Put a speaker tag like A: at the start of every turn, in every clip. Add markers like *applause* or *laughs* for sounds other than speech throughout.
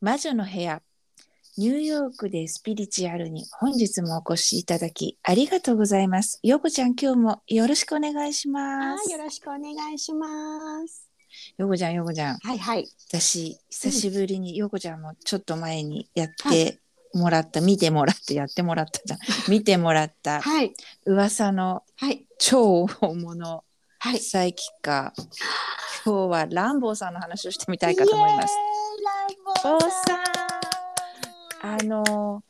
A: 魔女の部屋ニューヨークでスピリチュアルに本日もお越しいただきありがとうございます。ようこちゃん今日もよろしくお願いしま
B: はい、
A: す
B: よ。ろしくお願いします。
A: ようこちゃんようこちゃん
B: はいはい。
A: 私久しぶりにようこちゃんもちょっと前にやっ
B: は
A: てもらった、見てもらってやってもらった
B: *laughs*
A: じゃん見てもらった
B: はい。
A: 噂の
B: はい。
A: 超大物
B: はい。
A: サイキッカー今日はランボーさんの話をしてみたいかと思います。
B: イエーイ。ラ
A: おー
B: ンボー
A: さん
B: さん
A: あの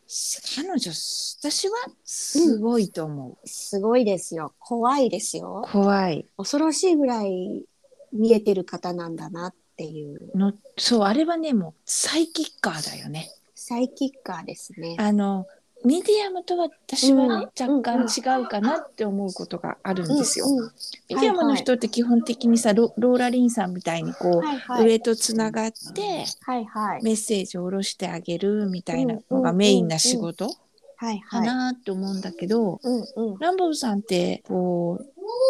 A: 彼女私はすごいと思う、
B: すごいですよ。怖いですよ。
A: 怖い
B: 恐ろしいぐらい見えてる方なんだなっていう。
A: のそうあれはねもうサイキッカーだよね
B: サイキッカーですね。
A: あのミディアムとは私はね、
B: うん
A: 若干違うかなって思うことがあるんですよ、
B: うんうん
A: ミディアムの人って基本的にさロローラリンさんみたいにこう、
B: はいはい。
A: 上とつながって
B: はいはい。
A: メッセージを下ろしてあげるみたいな
B: うん
A: の
B: うんう
A: が
B: ん
A: メインな仕事
B: はい
A: か
B: はい。
A: なと思うんだけど、
B: うんうん。
A: ランボーさんってこ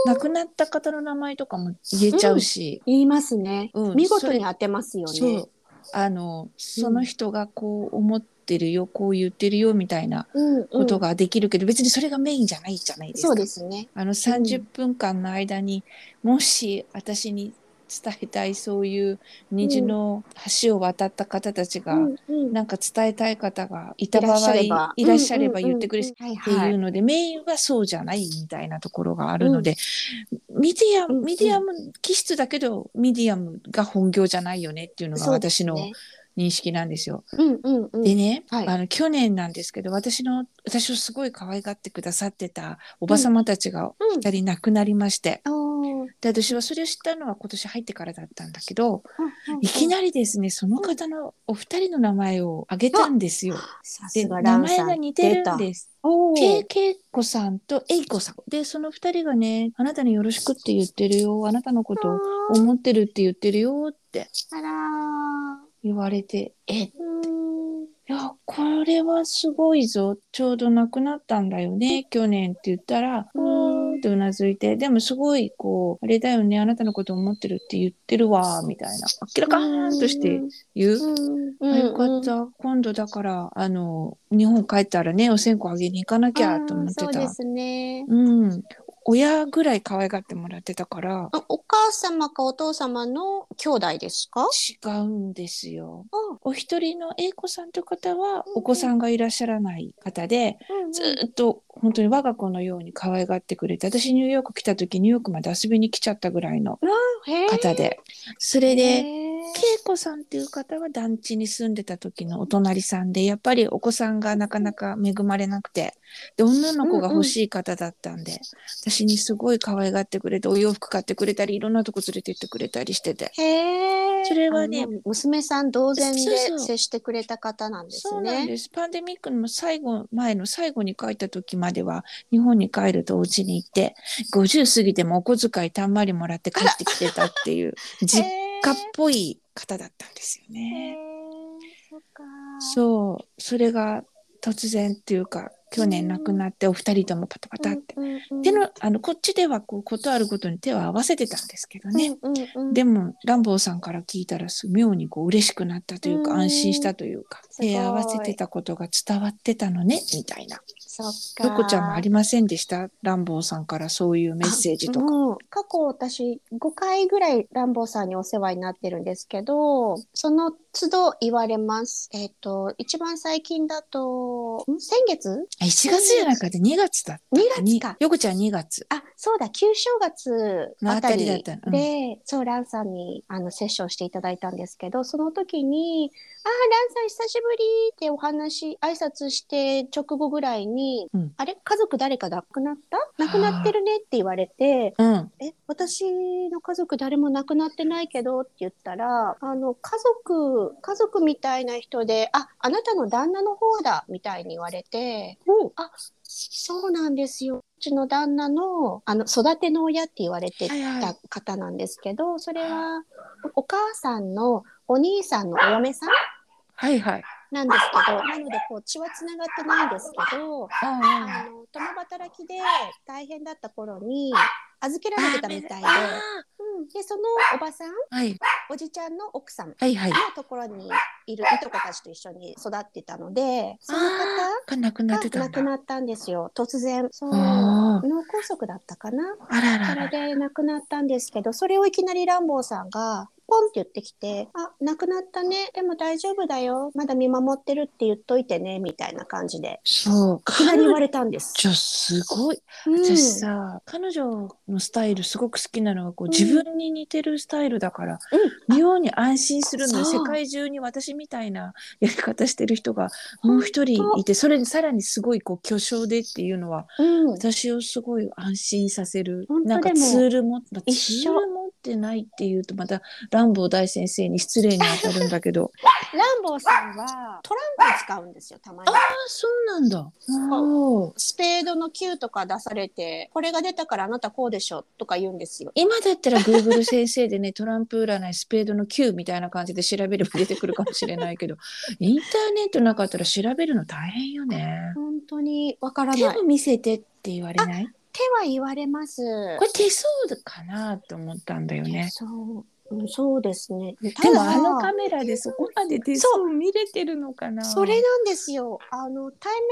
A: う亡くなった方の名前とかも言えちゃうし、
B: 言いますね。
A: うん
B: 見事に当てますよ
A: そ
B: ね
A: う。あのその人がこう思ってるよ、こう言ってるよみたいな
B: うんうん
A: ことができるけど、別にそれがメインじゃないじゃないです
B: そう
A: か。
B: ですね。
A: あの30分間の間に、もし私に伝えたいそういう虹の橋を渡った方たちが、
B: うんうん
A: なんか伝えたい方がいた
B: い
A: 場
B: らっし
A: 合
B: ゃれ
A: い
B: ば
A: らっしゃれば言ってくれるし
B: うんうんうん
A: っていうので、メインはそうじゃないみたいなところがあるので、ミディア
B: うんう
A: ム
B: ん
A: ミディアム気質だけどミディアムが本業じゃないよねっていうのが
B: そうです
A: 私
B: ね
A: の認識なんですよ。
B: うんうんうん
A: でね、
B: はい
A: あの去年なんですけど私の私をすごい可愛がってくださってたおば様たちが
B: うん
A: 2人亡くなりまして、
B: おー
A: で私はそれを知ったのは今年入ってからだったんだけど、
B: うんうん
A: いきなりですねその方のお二人の名前を挙げたんですよ。
B: さ
A: です
B: が
A: 名
B: ラン
A: 前
B: さん
A: が似て
B: 出
A: るん
B: た
A: です。
B: お
A: けい
B: ー
A: けいこさんとえいこさん。で、その二人がね、あなたによろしくって言ってるよ。あなたのことを
B: あ
A: 思ってるって言ってるよって
B: ーあらー
A: 言われて、え、いう
B: ーん
A: や、これはすごいぞ。ちょうど亡くなったんだよね、去年って言ったら、うーんってうなずいて、でもすごい、こう、あれだよね、あなたのこと思ってるって言ってるわ、みたいな。明らかーんとして
B: うん
A: 言う。
B: う
A: あ
B: ん
A: よかっ
B: うん
A: た。今度だから、あの、日本帰ったらね、お線香あげに行かなきゃと思って
B: あ
A: た
B: ーそうで。すね
A: うん、親ぐらい可愛がってもらってたから
B: あお母様かお父様の兄弟ですか
A: 違うんですよ。
B: あ
A: お一人の A 子さんという方は
B: うん
A: お子さんがいらっしゃらない方で
B: うんうん
A: ずっと本当に我が子のように可愛がってくれて私ニューヨーク来た時ニューヨークまで遊びに来ちゃったぐらいの
B: へー
A: 方でそれ
B: へ
A: で
B: ー
A: 恵子さんっていう方は団地に住んでた時のお隣さんでやっぱりお子さんがなかなか恵まれなくてで女の子が欲しい方だったんで、私にすごい可愛がってくれてお洋服買ってくれたりいろんなとこ連れて行ってくれたりしてて
B: へー
A: それはね
B: あの娘さん同然
A: そうそう
B: で接してくれた方なんですね
A: そうなんですパンデミックの最後前の最後に帰った時までは日本に帰るとお家に行って50過ぎてもお小遣いたんまりもらって帰ってきてたって *laughs* いう実
B: へー
A: 家っぽい方だったんですよね。
B: そっか。
A: そうそれが突然っていうか去年亡くなってお二人ともパタパタって、
B: うんうんうん
A: 手のあのこっちではこうことあることに手を合わせてたんですけどね、
B: うんうんうん
A: でもランボーさんから聞いたらす妙にこう嬉しくなったというか、
B: うん
A: 安心したというか
B: すごい
A: 手を合わせてたことが伝わってたのねみたいな
B: そっか。
A: よこちゃんもありませんでしたランボーさんからそういうメッセージとか。
B: もう過去私5回ぐらいランボーさんにお世話になってるんですけど、その都度言われます。えっ、と、一番最近だと、ん先月
A: あ1月じゃなくて2月だった。
B: ?2 月
A: に
B: か。
A: よこちゃん2月。
B: あ、そうだ、旧正月
A: のあ
B: あ
A: た
B: た
A: り
B: り
A: だっ
B: で
A: た、うん
B: そう、ランさんにあのセッションしていただいたんですけど、その時に、あー、ランさん久しぶりってお話、挨拶して直後ぐらいに、
A: うん
B: あれ家族誰か亡くなった亡くなってるねって言われて、
A: うん。
B: え、私の家族誰も亡くなってないけどって言ったら、あの、家族、家族みたいな人で、あ、あなたの旦那の方だみたいに言われて、あ、そうなんですよ。うちの旦那の、あの、育ての親って言われて
A: はいはい
B: た方なんですけど、それは、お母さんのお兄さんのお嫁さん
A: はいはい。
B: なんですけど、なので、こう、血は繋がってないんですけど、あ
A: あ
B: の、共働きで大変だった頃に、預けられてたみたいで、うんで、そのおばさん、
A: はい
B: おじちゃんの奥さんの
A: はいはい。
B: ところにいるいとこたちと一緒に育ってたので、その方
A: あーが亡くなって
B: が
A: た
B: 亡
A: ん
B: く
A: だ。
B: なったんですよ。突然。そう。
A: あー
B: 脳梗塞だったかな
A: あらら
B: そ
A: ら
B: れ
A: ら。
B: で亡くなったんですけど、それをいきなりランボーさんが、ポンって言ってきて、あ、亡くなったね。でも大丈夫だよ。まだ見守ってるって言っといてね。みたいな感じで。
A: そう。
B: いきな
A: 彼
B: り言
A: 女
B: われたんです。
A: すごい。
B: うん
A: 私さ、彼女のスタイルすごく好きなのがこう
B: うん
A: 自分に似てるスタイルだから、
B: うん
A: 妙に安心するのに
B: そう
A: 世界中に私みたいなやり方してる人がもう一人いてそれにさらにすごいこう巨匠でっていうのは
B: うん。
A: 私をすごい安心させる
B: 本当
A: なんか
B: でも
A: ツールもツ
B: 一緒
A: ール持ってないっていうとまたランボー大先生に失礼に当たるんだけど
B: *laughs* ランボーさんはトランプ使うんですよ、たまに
A: あ。あそうなんだおー
B: スペードの9とか出されて、これが出たからあなたこうでしょとか言うんですよ。
A: 今だったら Google 先生でねト *laughs* ランプ占いスペードの9みたいな感じで調べれば出てくるかもしれない
B: *laughs*
A: けどインターネットなかったら調べるの大変よね。
B: 本当にわから
A: 手
B: ない。
A: を見せてって言われない
B: 手は言われます。
A: これ手相かなと思ったんだよね。
B: そう、うん、そうですね。
A: でも
B: ただ
A: あのカメラでそこまで手相見れてるのかな
B: それなんですよ。あの対面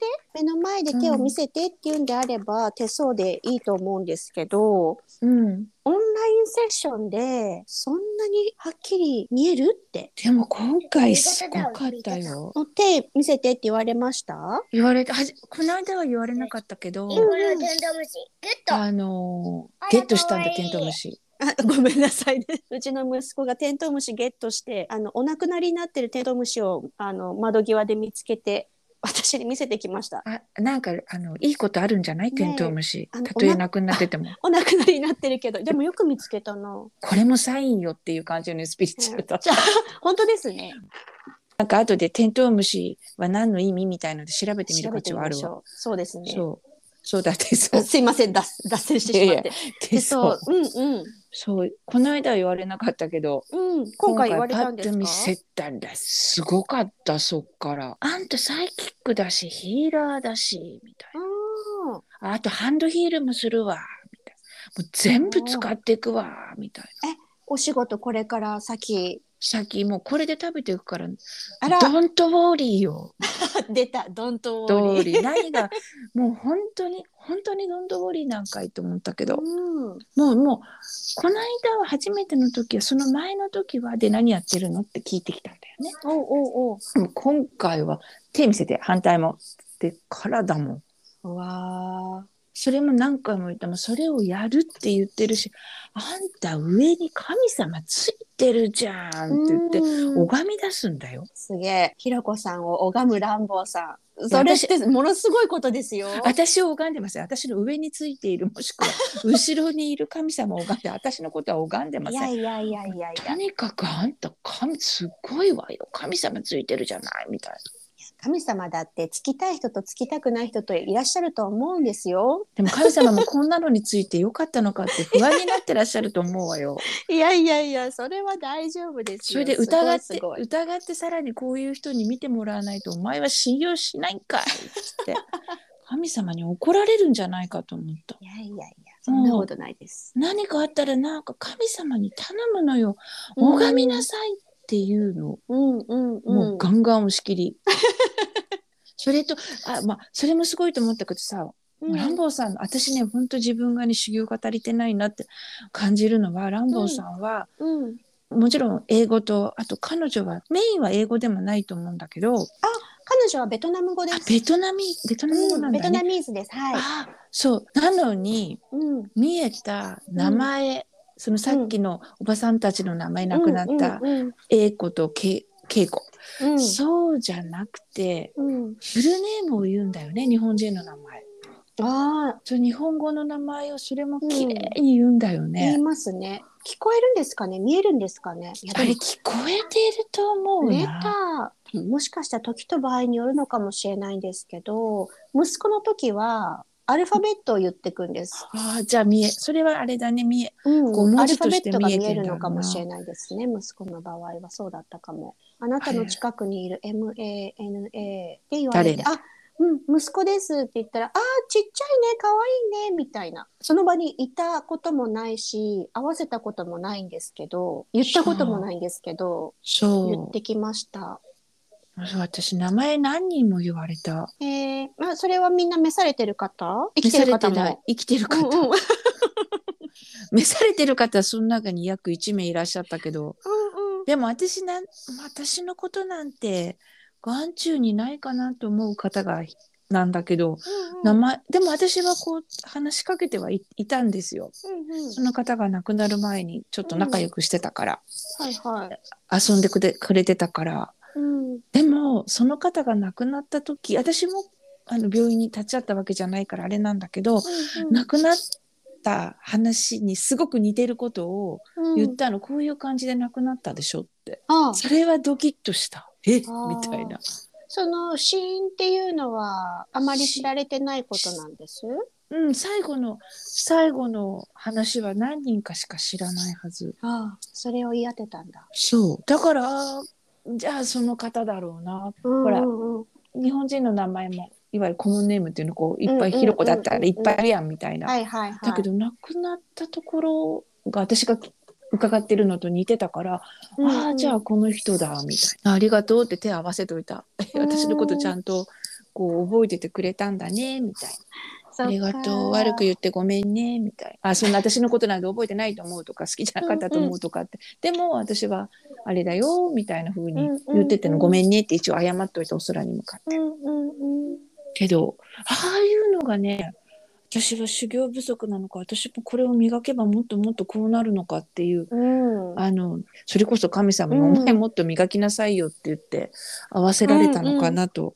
B: で目の前で手を見せてっていうんであれば、手相でいいと思うんですけど、
A: うん、
B: オンラインセッションでそんなにはっきり見えるって。
A: でも今回すごかったよ。
B: の手見せてって言われました？
A: 言われてはじこの間は言われなかったけど、
C: リンゴのテントウムシ、ゲット
A: あの
C: あら
A: ゲットしたん
C: か
A: だ
C: わいい
A: テントウムシ。
B: あ *laughs* ごめんなさいね。うちの息子がテントウムシゲットして、あの、お亡くなりになってるテントウムシを、あの、窓際で見つけて、私に見せてきました。
A: あなんかあのいいことあるんじゃない
B: ね
A: テントウムシ
B: あの。
A: たとえなくなってても。
B: お亡くな *laughs* りになってるけど、でもよく見つけたな。
A: これもサインよっていう感じのねスピリチュアルだった。
B: 本当ですね。
A: なんか後でテントウムシは何の意味みたいので調べてみる価値はあるわ。
B: う。そうですね。
A: そう。そうだってそ
B: あ
A: う。
B: すいません、脱脱線してしまって。
A: 手
B: そう
A: 相。、
B: うん
A: そう。この間は言われなかったけど、
B: うん。うん、今回言われたんです
A: 今
B: か
A: 回パッと見せたんだ。すごかった、そっから。あんたサイキックだし、ヒーラーだし、みたい
B: あ
A: な。あとハンドヒールもするわ、みたいな。もう全部使っていくわ、みたいな。
B: ーお仕事これから先。
A: 先もうこれで食べていくから、
B: あら、
A: ドントウォーリーよ。
B: 出た、ドントウォー
A: 通
B: リー。
A: り何がもう本当に本当にドントウォーリーなんかいと思ったけど
B: うん。
A: もうもうこの間は初めての時はその前の時はで何やってるのって聞いてきたんだよね
B: おうおうおう。
A: でも今回は手見せて反対もでからだもん
B: うわあ。
A: それも何回も言ったもうそれをやるって言ってるしあんた上に神様ついてるじゃんって言って
B: うん
A: 拝み出すんだよ
B: すげえ。ひろこさんを拝む乱暴さん。それってものすごいことですよ。
A: 私を拝んでますよ私の上についているもし
B: *laughs*
A: くは後ろにいる神様を拝んで私のことは拝んでま
B: い
A: せん
B: やいやいやいやい
A: と
B: や。
A: にかくあんた神すごいわよ神様ついてるじゃないみたいな
B: 神様だってつきたい人とつきたくない人といらっしゃると思うんですよ。
A: でも神様もこんなのについてよかったのかって不安になってらっしゃると思うわよ
B: いやいやいや、それは大丈夫です
A: そ
B: よ。
A: れで疑って
B: すごいす
A: 疑ってさらにこういう人に見てもらわないとお前は信用しないんかいっつ
B: *laughs*
A: って神様に怒られるんじゃないかと思った
B: ごい。いやいやいや、そんなことないです。
A: 何かあったらなんか神様に頼むのよ
B: うん
A: 拝みなさいっていうのを
B: うんうん
A: も
B: う。
A: うんガンガン押し切
B: *laughs*
A: り。それとあまあそれもすごいと思ったけどさ、
B: うん
A: ランボーさん私ね本当自分がね修行が足りてないなって感じるのはランボーさんは、
B: うん。
A: もちろん英語とあと彼女はメインは英語でもないと思うんだけど
B: 彼女はベトナム語で
A: あ
B: す。
A: ベトナミベトナム語
B: う
A: なんん
B: ベト
A: だ
B: ナ
A: ね。
B: ミーズです。はい。
A: あそうなのに
B: うん。
A: 見えた名前、そのさっきのおばさんたちの名前なくなった
B: うんうん
A: 英子とけ恵子、
B: うん。
A: そうじゃなくて
B: うん。うん
A: フルネームを言うんだよね日本人の名前
B: ああ、
A: そう日本語の名前をそれも綺麗に言うんだよ
B: 言い
A: ね、
B: ますね。聞こえるんですかね、見えるんですかね。
A: やっぱり聞こえていると思う
B: レ
A: な
B: ター、もしかしたら時と場合によるのかもしれないんですけど、息子の時はアルファベットを言ってくんです。
A: ああじゃあ見えそれはあれだね見えこう
B: うん、
A: 文
B: アル
A: 字
B: ファ
A: と
B: ベ
A: して
B: ットが見
A: 見
B: え
A: えてんだろうな
B: るのかもしれないですね。息子の場合はそうだったかも。あなたの近くにいる M A N A って言われ
A: 誰
B: て、
A: の
B: あ、うん、息子ですって言ったら、ああ、ちっちゃいね、可愛いね、みたいな。その場にいたこともないし、会わせたこともないんですけど、言ったこともないんですけど、言
A: そ
B: ってきました。
A: うそう私名前何人も言われた
B: えー、まあ、それはみんな召されてる方生きてる方
A: 召されてない
B: も。
A: 生きてる
B: う
A: 方、*laughs*
B: んうん、うんうん
A: 召されてる方はその中に約1名いらっしゃったけどでも私なん私のことなんて眼中にないかなと思う方がなんだけど、
B: うんう
A: 名
B: ん
A: 前でも私はこう話しかけてはい、いたんですよ
B: うんうん
A: その方が亡くなる前にちょっと仲良くしてたから、
B: はいはい。
A: 遊んでくれくれてたから
B: うん
A: でもその方が亡くなった時私もあの病院に立ち会ったわけじゃないからあれなんだけど、亡くなった話にすごく似てることを
B: うん
A: 言ったの、こういう感じで亡くなったでしょって
B: ああ
A: それはドキッとしたえみ
B: ー
A: たいな
B: その死因っていうのはあまり知られてないことなんです。
A: うん最後の最後の話は何人かしか知らないはず
B: ああ、それを言い当てたんだ。
A: そうだからあーじゃあその方だろうな
B: ほ
A: ら
B: うんうん、
A: 日本人の名前もいわゆるコモンネームっていうのこういっぱい
B: うんうん
A: ひろこだったらいっぱいあるやんみたいな、
B: はいはいはい。
A: だけど亡くなったところが私が伺ってるのと似てたから
B: うんうん、
A: ああじゃあこの人だみたいな「ありがとう」って手合わせといた *laughs* 私のことちゃんとこう覚えててくれたんだねみたい
B: そ
A: な「あ
B: っか
A: りがとう悪く言ってごめんね」みたいな「あそんな私のことなんて覚えてないと思う」とか「好きじゃなかったと思う」とかって、でも私は「あれだよ」みたいな風に言ってての「
B: うんうんうん
A: ごめんね」って一応謝っといたお空に向かって。
B: うんうんうん。
A: けどああいうのがね私は修行不足なのか私もこれを磨けばもっともっとこうなるのかっていう
B: うん、
A: あのそれこそ神様に「
B: う
A: お
B: ん
A: 前もっと磨きなさいよ」って言って合わせられたのかなと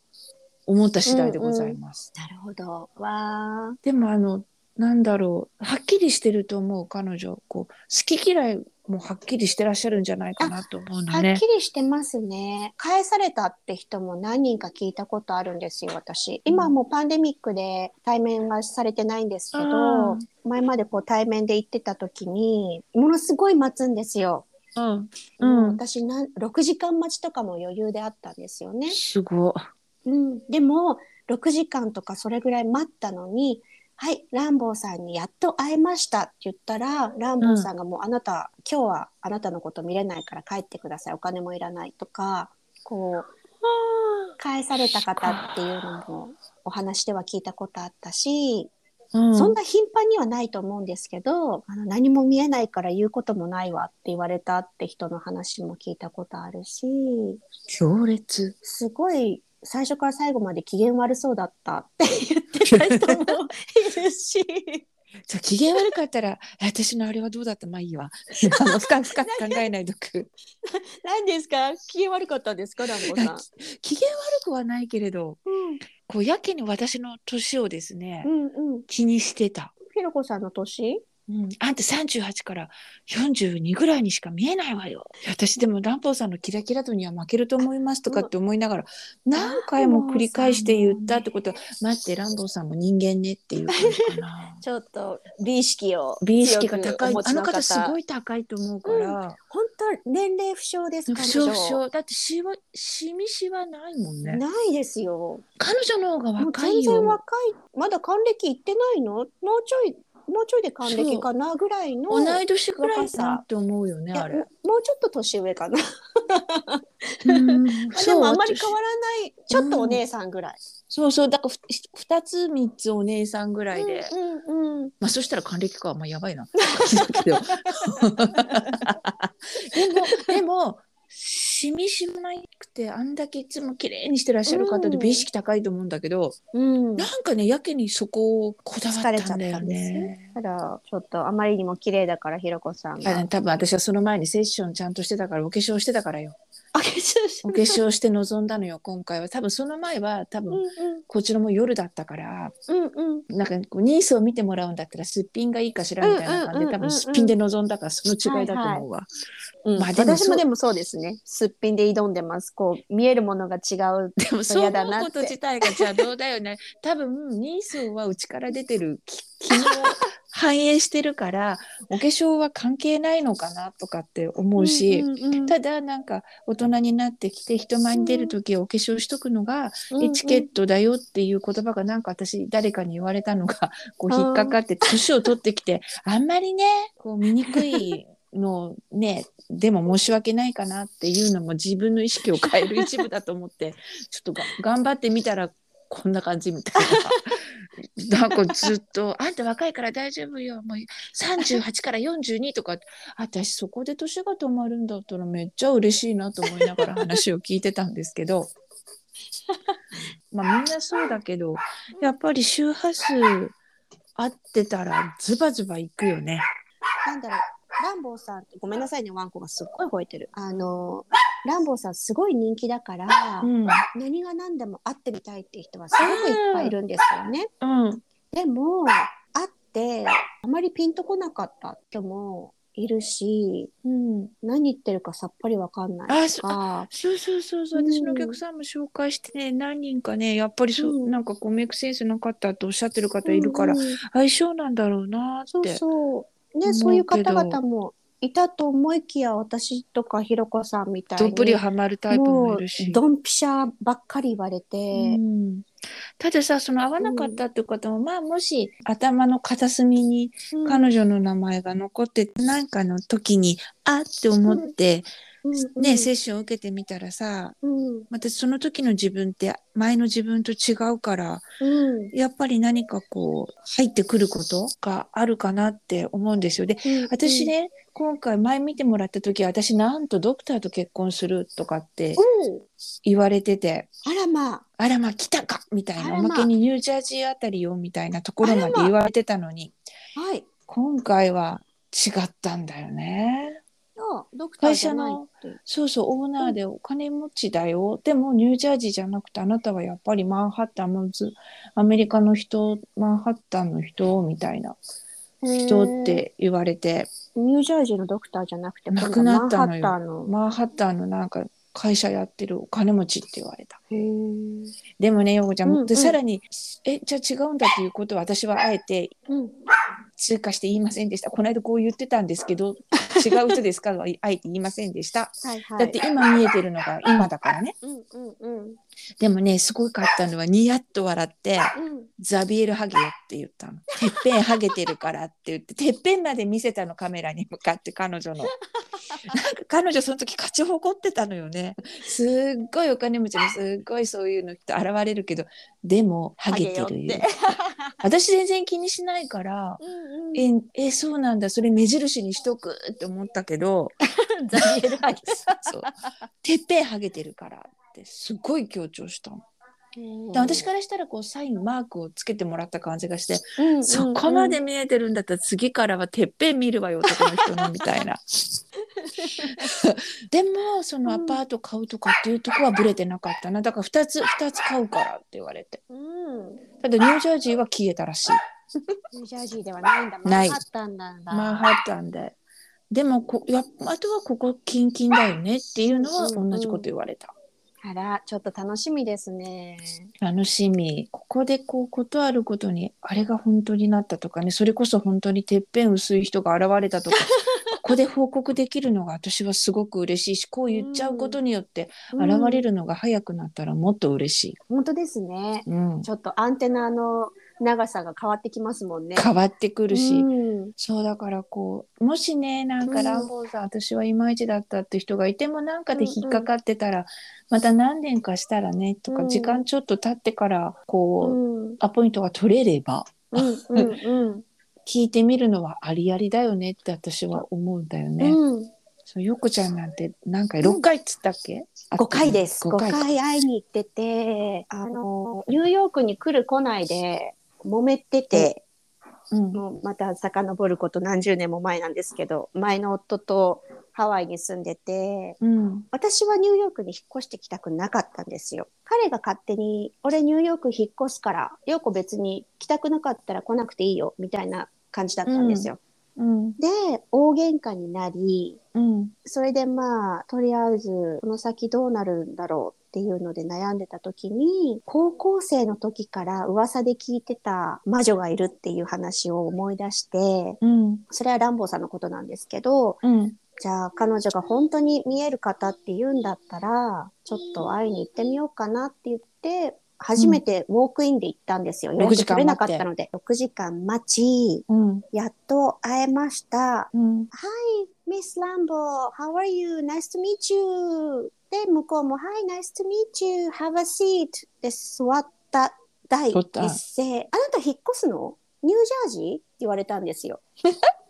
A: 思った次第でございます。
B: なるほど。わあ。
A: でもあのなんだろうはっきりしてると思う彼女こう好き嫌いもはっきりしてらっしゃるんじゃないかなと思う
B: は
A: の
B: っ
A: ね。
B: きりしてますね。返されたって人も何人か聞いたことあるんですよ、私。今はもうパンデミックで対面がされてないんですけ
A: う
B: ど
A: ん、
B: 前までこう対面で行ってた時に、ものすごい待つんですよ。
A: うん
B: もう
A: うん、
B: 私なん6時間待ちとかも余裕であったんですよね。
A: すごい。
B: うん、でも6時間とかそれぐらい待ったのに「はいランボーさんにやっと会えました」って言ったらランボーさんがもう「あなた、今日はあなたのこと見れないから帰ってくださいお金もいらない」とかこう返された方っていうのもお話では聞いたことあったし、
A: うん、
B: そんな頻繁にはないと思うんですけどあの何も見えないから言うこともないわって言われたって人の話も聞いたことあるし。
A: 強 *laughs* 烈。
B: すごい最初から最後まで機嫌悪そうだったって言ってた人もいる
A: *laughs*
B: し
A: そう機嫌悪かったら私のあれはどうだったまあいい
B: *laughs*
A: わあの深く深く考えないとく
B: 何ですか機嫌悪かったんですかランボさん。
A: 機嫌悪くはないけれどこうやけに私の年をですね、
B: うんうん、
A: 気にしてた、
B: ひろこさんの年
A: うん、あんた38から42ぐらいにしか見えないわよ私でもランポーさんのキラキラ度には負けると思いますとかって思いながら何回も繰り返して言ったってことは待ってランポーさんも人間ねっていう感じか *laughs* な
B: ちょっと美意識を
A: 美意識が高い
B: 強くお持
A: あ
B: ち
A: の方すご
B: い
A: い高いと思うから。
B: 本当年齢不詳ですか
A: 不詳不詳だってしわしみしはないもんね
B: ないですよ
A: 彼女の方が
B: もう
A: 若
B: 全
A: い
B: 然
A: よ
B: 若いまだ還暦いってないのもうちょいもうちょいで還暦かなぐらいの
A: 同い年ぐらい
B: 若
A: だな
B: さ
A: って思うよね
B: いや
A: あれ
B: もうちょっと年上かな
A: うん *laughs*
B: まあ *laughs* でもあんまり
A: 私
B: 変わらないちょっとお姉さんぐらい、
A: そうそうだからふ二つ三つお姉さんぐらいで、
B: うんうんうん
A: まあそしたら還暦かまあやばいな *laughs* だけどでもでもしみしまなくてあんだけいつも綺麗にしてらっしゃる方
B: う
A: で
B: ん
A: 美意識高いと思うんだけど、
B: うん、だ
A: なんかねやけにそこをこだわったんだよ
B: 疲れちゃったんです
A: ね
B: ね。からちょっとあまりにも綺麗だからひろこさんが。
A: あ多分私はその前にセッションちゃんとしてたからお化粧してたからよ
B: あ化粧し
A: お化粧して臨んだのよ今回は多分その前は多
B: う
A: 分
B: ん
A: こちらも夜だったから
B: うんうんうん。
A: なんかこうニースを見てもらうんだったらすっぴんがいいかしらみたいな感じ
B: うんうんうんうん
A: で多分すっぴんで臨んだからその違いだと思うわ、
B: うん、
A: まあでもそう
B: 私もでもそうですね。すっぴんで挑んでます。こう見えるものが違う。
A: でもそう
B: 嫌だな
A: 思
B: っ
A: う
B: て
A: こと自体が邪道だよね多分ニースはうちから出てるき気の反映してるからお化粧は関係ないのかなとかって思うし、
B: うんうんうん
A: ただなんか大人になってきて人前に出る時はお化粧しとくのがエチケットだよっていう言葉がなんか私誰かに言われたのがこう引っかかって年を取ってきてあんまりねこう醜いのをねでも申し訳ないかなっていうのも自分の意識を変える一部だと思ってちょっとが頑張ってみたらこんな感じみたい *laughs* な。なんかずっと「あんた若いから大丈夫よもう38から42」とか私そこで年が止まるんだったらめっちゃ嬉しいなと思いながら話を聞いてたんですけどまあみんなそうだけどやっぱり周波数合ってたらズバズバいくよね。
B: なんだろう、ランボーさん、ごめんなさいね、ワンコがすっごい吠えてる。あの、ランボーさんすごい人気だから、
A: うん、
B: 何が何でも会ってみたいっていう人はすごくいっぱいいるんですよね。
A: うん、
B: でも、会って、あまりピンとこなかった人もいるし、
A: うん、
B: 何言ってるかさっぱりわかんないとか、
A: そうそうそうそう
B: うん
A: 私のお客さんも紹介してね何人かねやっぱりそう、
B: うん
A: なんかこうメイクセンスなかったっておっしゃってる方いるから、
B: うんうん
A: 相性なんだろうなー
B: そ
A: っ
B: う
A: て。
B: そう。
A: 思うけど
B: ね、そういう方々もいたと思いきや、私とかひろこさんみたい
A: ど
B: に。
A: っぷりハマるタイプもいる
B: も
A: し
B: う。ドンピシャばっかり言われて、
A: うんたださその合わなかったっていう方も、まあもし頭の片隅に
B: うん
A: 彼女の名前が残って何かの時にあって思って、
B: うん
A: ねセッション受けてみたらさ
B: うん
A: またその時の自分って前の自分と違うから
B: うん
A: やっぱり何かこう入ってくることがあるかなって思うんですよ。で私、ね、今回前見てもらった時は私なんとドクターと結婚するとかって
B: うんうん、
A: 言われてて。
B: あらまあ、
A: あらまあ来たかみたい
B: あ
A: な、
B: ら
A: お
B: ま
A: まけにニュージャージーあたりよみたいなところまで言われてたのに、
B: はい。
A: 今回は違ったんだよね。
B: いやドクターじゃないって。
A: そうそうオーナーでお金持ちだよ、でもニュージャージーじゃなくてあなたはやっぱりマンハッタンもずアメリカの人マンハッタンの人みたいな人って言われて
B: へーニュージャージーのドクターじゃなくて、
A: 亡くなったのよ
B: 今度はマンハッタンの。
A: マンハッタンのなんか会社やってるお金持ちって言われた。
B: へー
A: でもね陽子ちゃん、
B: うんうん
A: でさらに「えじゃあ違うんだ」っていうことは私はあえて
B: うん。
A: 通過して言いませんでした。この間こう言ってたんですけど、違う人ですか *laughs* はあえて言いませんでした。
B: はいはい。
A: だって、今見えてるのが今だからね。
B: うんうんうん
A: でもね、すごかったのはニヤッと笑って、
B: うん。
A: ザビエルハゲよって言ったの。てっぺんハゲてるからって言って、てっぺんまで見せたのカメラに向かって彼女の。なんか彼女その時勝ち誇ってたのよね。すっごいお金持ちもすっごいそういうの人現れるけど、でもハゲてるよ
B: ハゲよ。
A: 私全然気にしないから、
B: うんうん。
A: ええそうなんだそれ目印にしとくって思ったけど
B: *laughs* ザビエルハゲ。
A: そうてっぺんハゲてるからってすごい強調したの、で私からしたらこうサインマークをつけてもらった感じがして、
B: うんうんうん
A: そこまで見えてるんだったら次からはてっぺん見るわよ男の人のみたいな *laughs* でもそのアパート買うとかっていうとこはブレてなかったなだから2つ2つ買うからって言われて
B: うん。
A: ただニュージャージーは消えたらしい
B: ニュージャージーではないんだ。マ
A: な
B: ン
A: い
B: ハッタンなんだ。
A: マンハッタンで。でもこやあとはここキンキンだよねっていうのは
B: うんうんうん
A: 同じこと言われた。
B: あら、ちょっと楽しみですね。
A: 楽しみここでこうことあることにあれが本当になったとかねそれこそ本当にてっぺん薄い人が現れた
B: *laughs*
A: とかここで報告できるのが私はすごく嬉しいしこう言っちゃうことによって現れ
B: る。
A: るのが早くなったらもっと嬉しい。
B: 本当ですね。
A: うん、
B: ちょっとアンテナの長さが変わってきますもんね。
A: 変わってくるし、
B: うん
A: そうだからこうもしねなん
B: う
A: か
B: ん
A: ランボーさん、私はいまいちだったって人がいてもなんかで引っかかってたら、また何年かしたらねとか、
B: うん
A: 時間ちょっと経ってから
B: う
A: こう、
B: ん
A: アポイントが取れれば
B: うんうん
A: 聞いてみるのはありありだよねって私は思うんだよ
B: う
A: *laughs* ね。
B: んうん
A: そうよこちゃんなんて何回6回っつったっけ、
B: 5回です。
A: 5
B: 5
A: 回
B: 回会いに行ってて、あの、ニューヨークに来る来ないで揉めてて、
A: うん
B: もうまた遡ること何十年も前なんですけど、前の夫とハワイに住んでて、
A: うん
B: 私はニューヨークに引っ越してきたくなかったんですよ。彼が勝手に、俺ニューヨーク引っ越すから、ヨーコ別に来たくなかったら来なくていいよ、みたいな感じだったんです
A: う
B: よ。
A: ん
B: で、大喧嘩になり、
A: うん
B: それでまあ、とりあえず、この先どうなるんだろうっていうので悩んでた時に、高校生の時から噂で聞いてた魔女がいるっていう話を思い出して、
A: うん。
B: それはランボーさんのことなんですけど、
A: うん。
B: じゃあ彼女が本当に見える方って言うんだったら、ちょっと会いに行ってみようかなって言って、初めてウォークインで行ったんですよ。予約
A: 6時間
B: 取れなかったので。6時間待ち、
A: うん。
B: やっと会えました。
A: うん。
B: Hi, Miss Lambo. How are you? Nice to meet you. で、向こうも Hi, nice to meet you. Have a seat. で、座った第
A: 座った
B: 一声。あなた引っ越すのニュージャージーって言われたんで
A: *laughs*
B: すよ。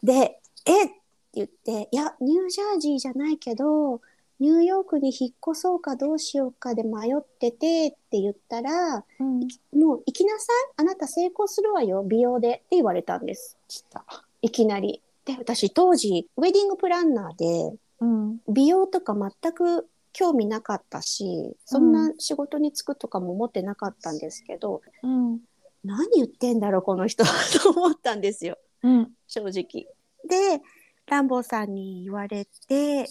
B: で、えって言って、いや、ニュージャージーじゃないけど、ニューヨークに引っ越そうかどうしようかで迷っててって言ったら、
A: うん。
B: もう行きなさい。あなた成功するわよ。美容で。って言われたんです。
A: 来た。
B: いきなり。で、私当時、ウェディングプランナーで、
A: うん。
B: 美容とか全く興味なかったし、そんな仕事に就くとかも思ってなかったんですけど、
A: うん。
B: 何言ってんだろう、この人と思ったんですよ、
A: うん。
B: 正直。で、ランボーさんに言われて、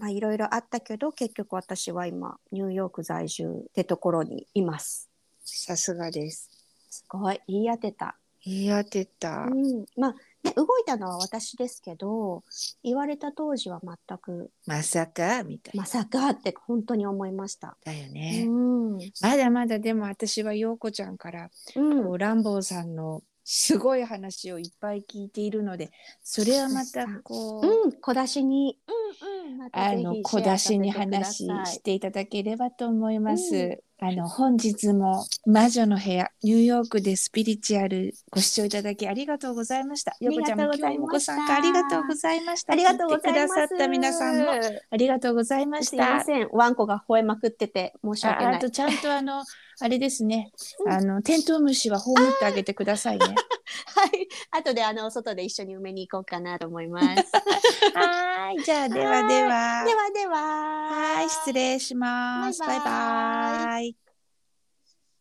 B: まあいろいろあったけど、結局私は今、ニューヨーク在住ってところにいます。
A: さすがです。
B: すごい、言い当てた。
A: 言い当てた。
B: うん、まあ、ね、動いたのは私ですけど、言われた当時は全く
A: まさかみたいな。
B: まさかって本当に思いました。
A: だよ
B: う
A: ね。
B: ん。うん。
A: まだまだでも私は陽子ちゃんからこうランボーさんのすごい話をいっぱい聞いているのでそれはまたこう、
B: うん。小出しに。うんうん。
A: あの小出しに話していただければと思います。あの本日も魔女の部屋ニューヨークでスピリチュアルご視聴いただきありがとうございました。陽子ちゃんも
B: ありがとうござ
A: 今日
B: い
A: も
B: ま
A: ご
B: した
A: 参加ありがとうございました。
B: ありがとうございます。
A: 聞てくださった皆さんもありがとうございまし
B: すいま
A: た。
B: せん。ワンコが吠えまくってて申し訳
A: あ
B: な
A: あ
B: い。
A: とちゃんとあのあれですね、
B: うん
A: あのテントウムシは葬ってあげてくださいね。
B: はい。後であの外で一緒に埋めに行こうかなと思います。
A: *laughs* はーいじゃあではでは
B: ではでは。
A: はい失礼します。
B: バイバイ
A: バイバイ